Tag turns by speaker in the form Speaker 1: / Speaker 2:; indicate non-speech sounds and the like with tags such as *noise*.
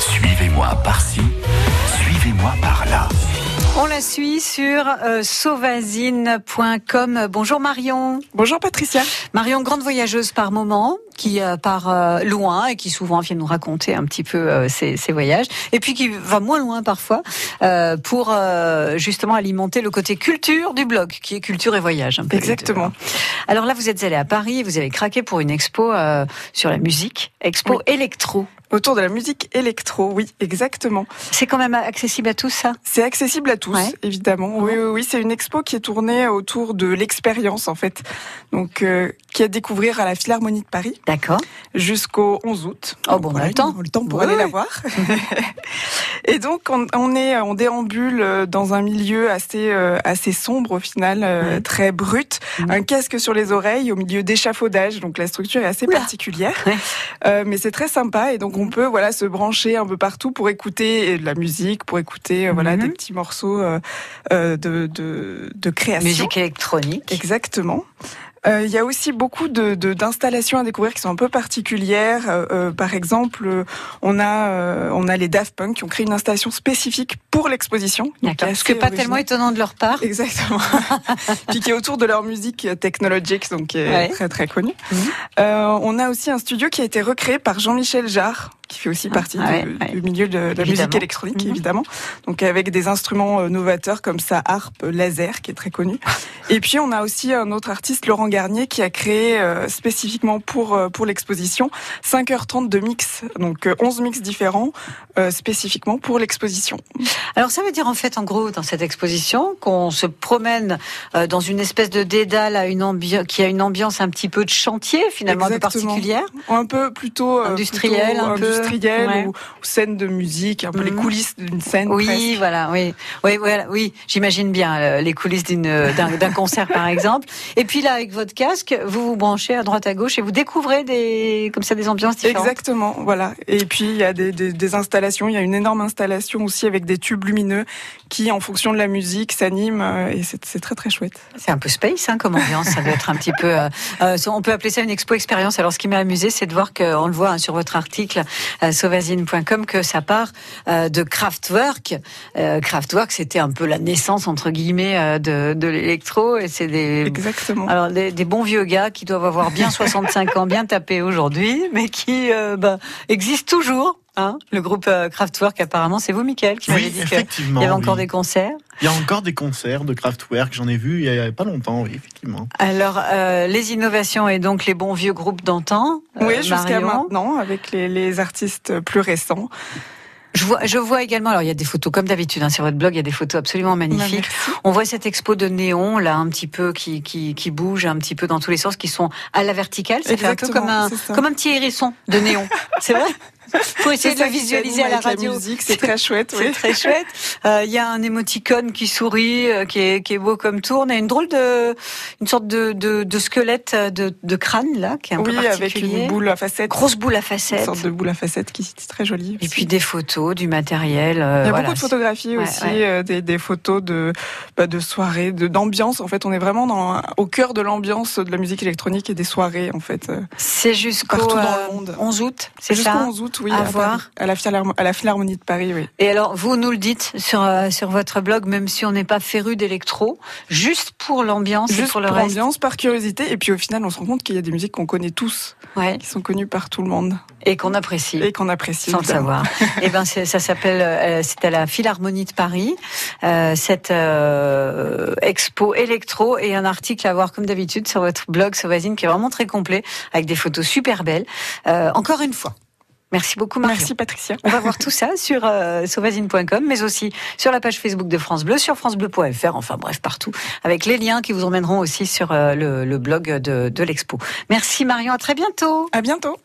Speaker 1: Suivez-moi par-ci, suivez-moi par-là.
Speaker 2: On la suit sur euh, sauvazine.com. Bonjour Marion.
Speaker 3: Bonjour Patricia.
Speaker 2: Marion, grande voyageuse par moment, qui euh, part euh, loin et qui souvent vient nous raconter un petit peu euh, ses, ses voyages, et puis qui va moins loin parfois euh, pour euh, justement alimenter le côté culture du blog, qui est culture et voyage. Un peu les deux.
Speaker 3: Exactement.
Speaker 2: Alors là, vous êtes allé à Paris, vous avez craqué pour une expo euh, sur la musique, expo électro.
Speaker 3: Autour de la musique électro, oui, exactement.
Speaker 2: C'est quand même accessible à tous ça
Speaker 3: C'est accessible à tous,
Speaker 2: Ouais.
Speaker 3: évidemment. Oui, oui, oui, c'est une expo qui est tournée autour de l'expérience, en fait. Donc, euh, qui est à découvrir à la Philharmonie de Paris
Speaker 2: D'accord.
Speaker 3: jusqu'au 11 août.
Speaker 2: Oh, bon, on a le temps.
Speaker 3: Le temps pour
Speaker 2: Ouais,
Speaker 3: aller la
Speaker 2: ouais.
Speaker 3: voir. *laughs* Et donc, on, on est, on déambule euh, dans un milieu assez, euh, assez sombre au final, euh,
Speaker 2: Ouais.
Speaker 3: très brut.
Speaker 2: Mhm.
Speaker 3: Un casque sur les oreilles au milieu d'échafaudage. Donc, la structure est assez
Speaker 2: Oula.
Speaker 3: particulière.
Speaker 2: Ouais. Mm.
Speaker 3: Euh, mais c'est très sympa. Et donc, on peut, voilà, se brancher un peu partout pour écouter euh, de la musique, pour écouter, euh, voilà,
Speaker 2: Mhm.
Speaker 3: des petits morceaux euh, euh, de, de, de création.
Speaker 2: Musique électronique.
Speaker 3: Exactement. Euh, Il y a aussi beaucoup de de- d'installations à découvrir qui sont un peu particulières. Euh, euh, par exemple, euh, on a euh, on a les Daft Punk qui ont créé une installation spécifique pour l'exposition. Donc,
Speaker 2: D'accord. Ce
Speaker 3: assez
Speaker 2: qui n'est pas tellement
Speaker 3: original.
Speaker 2: étonnant de leur part.
Speaker 3: Exactement. *laughs* Puis qui est autour de leur musique euh, Technologics, donc qui est
Speaker 2: Ouais.
Speaker 3: très très connue.
Speaker 2: Mhm.
Speaker 3: Euh, on a aussi un studio qui a été recréé par Jean-Michel Jarre, qui fait aussi partie
Speaker 2: ah ouais,
Speaker 3: du,
Speaker 2: ouais.
Speaker 3: du milieu de la musique
Speaker 2: Évidemment.
Speaker 3: électronique,
Speaker 2: Mhm.
Speaker 3: évidemment. Donc avec des instruments euh, novateurs comme sa harpe laser, qui est très connue. Et puis on a aussi un autre artiste, Laurent Garnier, qui a créé euh, spécifiquement pour euh, pour l'exposition 5h30 de mix, donc euh, 11 mix différents euh, spécifiquement pour l'exposition.
Speaker 2: Alors ça veut dire en fait en gros dans cette exposition qu'on se promène euh, dans une espèce de dédale à une ambi- qui a une ambiance un petit peu de chantier finalement un peu
Speaker 3: Exactement.
Speaker 2: particulière.
Speaker 3: un peu plutôt euh,
Speaker 2: Industriel,
Speaker 3: plutôt
Speaker 2: un peu.
Speaker 3: industriel
Speaker 2: Ouais.
Speaker 3: ou, ou scène de musique, un peu les
Speaker 2: Mhm.
Speaker 3: coulisses d'une scène.
Speaker 2: Oui,
Speaker 3: presque.
Speaker 2: voilà, oui, oui, voilà, oui. J'imagine bien euh, les coulisses d'une euh, d'un d'un concert par exemple. Et puis là avec votre casque, vous vous branchez à droite à gauche et vous découvrez des comme ça des ambiances différentes.
Speaker 3: Exactement, voilà. Et puis il y a des, des- des installations, il y a une énorme installation aussi avec des tubes lumineux qui, en fonction de la musique, s'animent euh, et c'est c'est très très chouette.
Speaker 2: C'est un peu space hein, comme ambiance, ça doit être un petit peu. euh, euh, on peut appeler ça une expo expérience. Alors ce qui m'a amusé, c'est de voir que on le voit hein, sur votre article euh, sauvazine.com que ça part euh, de Kraftwerk. Euh, Kraftwerk, c'était un peu la naissance entre guillemets euh, de, de l'électro et c'est des
Speaker 3: Exactement.
Speaker 2: alors des, des bons vieux gars qui doivent avoir bien 65 ans, bien tapés aujourd'hui, mais qui euh, bah, existent toujours. Hein le groupe euh, Kraftwerk, apparemment, c'est vous, Michael, qui m'avez
Speaker 4: Oui,
Speaker 2: dit qu'il
Speaker 4: effectivement.
Speaker 2: y avait encore
Speaker 4: oui.
Speaker 2: des concerts.
Speaker 4: Il y a encore des concerts de Kraftwerk, j'en ai vu il y a pas longtemps, oui, effectivement.
Speaker 2: Alors, euh, les innovations et donc les bons vieux groupes d'antan. euh,
Speaker 3: oui, jusqu'à
Speaker 2: Marion.
Speaker 3: maintenant, avec les, les artistes plus récents.
Speaker 2: Je vois, je vois également, alors il y a des photos, comme d'habitude, hein, sur votre blog, il y a des photos absolument
Speaker 3: Bah,
Speaker 2: magnifiques. On voit cette expo de néon, là, un petit peu, qui, qui, qui bouge un petit peu dans tous les sens, qui sont à la verticale. Ça fait un peu
Speaker 3: Exactement,
Speaker 2: comme un,
Speaker 3: c'est ça.
Speaker 2: comme un petit hérisson de
Speaker 3: *laughs*
Speaker 2: néon. C'est vrai? Faut essayer de
Speaker 3: ça
Speaker 2: le
Speaker 3: qui
Speaker 2: visualiser
Speaker 3: s'anime
Speaker 2: à la
Speaker 3: avec
Speaker 2: radio.
Speaker 3: musique, c'est très chouette.
Speaker 2: C'est
Speaker 3: oui.
Speaker 2: très chouette. *laughs* Euh, Il y a un émoticône qui sourit, euh, qui, est, qui est beau comme tourne, et une drôle de, une sorte de, de, de squelette euh, de, de crâne là, qui est un peu
Speaker 3: Oui, avec
Speaker 2: particulier.
Speaker 3: une boule à facettes.
Speaker 2: grosse boule à
Speaker 3: Une
Speaker 2: facettes.
Speaker 3: sorte de boule à facettes qui est très jolie.
Speaker 2: Et
Speaker 3: aussi.
Speaker 2: puis des photos, du matériel. euh,
Speaker 3: Il y a
Speaker 2: voilà.
Speaker 3: beaucoup de photographies
Speaker 2: Ouais,
Speaker 3: aussi,
Speaker 2: ouais.
Speaker 3: euh, des, des photos de, bah, de soirées, de- d'ambiance. en fait, on est vraiment dans, au cœur de l'ambiance de la musique électronique et des soirées, en fait. euh,
Speaker 2: C'est jusqu'au
Speaker 3: Partout dans
Speaker 2: euh,
Speaker 3: le monde.
Speaker 2: 11 août, c'est
Speaker 3: Jusqu'au
Speaker 2: ça
Speaker 3: 11 août, oui.
Speaker 2: à
Speaker 3: Paris,
Speaker 2: voir.
Speaker 3: à la, Philharmo- à la Philharmonie de Paris, oui.
Speaker 2: Et alors, vous nous le dites sur, euh, sur votre blog, même si on n'est pas féru d'électro, juste pour l'ambiance et pour
Speaker 3: Juste pour
Speaker 2: le reste.
Speaker 3: l'ambiance, par curiosité. Et puis au final, on se rend compte qu'il y a des musiques qu'on connaît tous,
Speaker 2: Ouais.
Speaker 3: qui sont connues par tout le monde
Speaker 2: Et qu'on apprécie.
Speaker 3: et qu'on apprécie.
Speaker 2: Sans le
Speaker 3: évidemment.
Speaker 2: savoir. Eh ben, c'est- ça s'appelle, euh, c'est à la Philharmonie de Paris, euh, cette euh, expo électro et un article à voir comme d'habitude sur votre blog Sauvazine qui est vraiment très complet avec des photos super belles. Euh, encore une fois, merci beaucoup Marion.
Speaker 3: Merci Patricia.
Speaker 2: On va voir tout ça sur euh, sauvazine.com, mais aussi sur la page Facebook de France Bleu, sur francebleu.fr, enfin bref, partout, avec les liens qui vous emmèneront aussi sur euh, le, le blog de, de l'expo. Merci Marion, à très bientôt.
Speaker 3: À bientôt.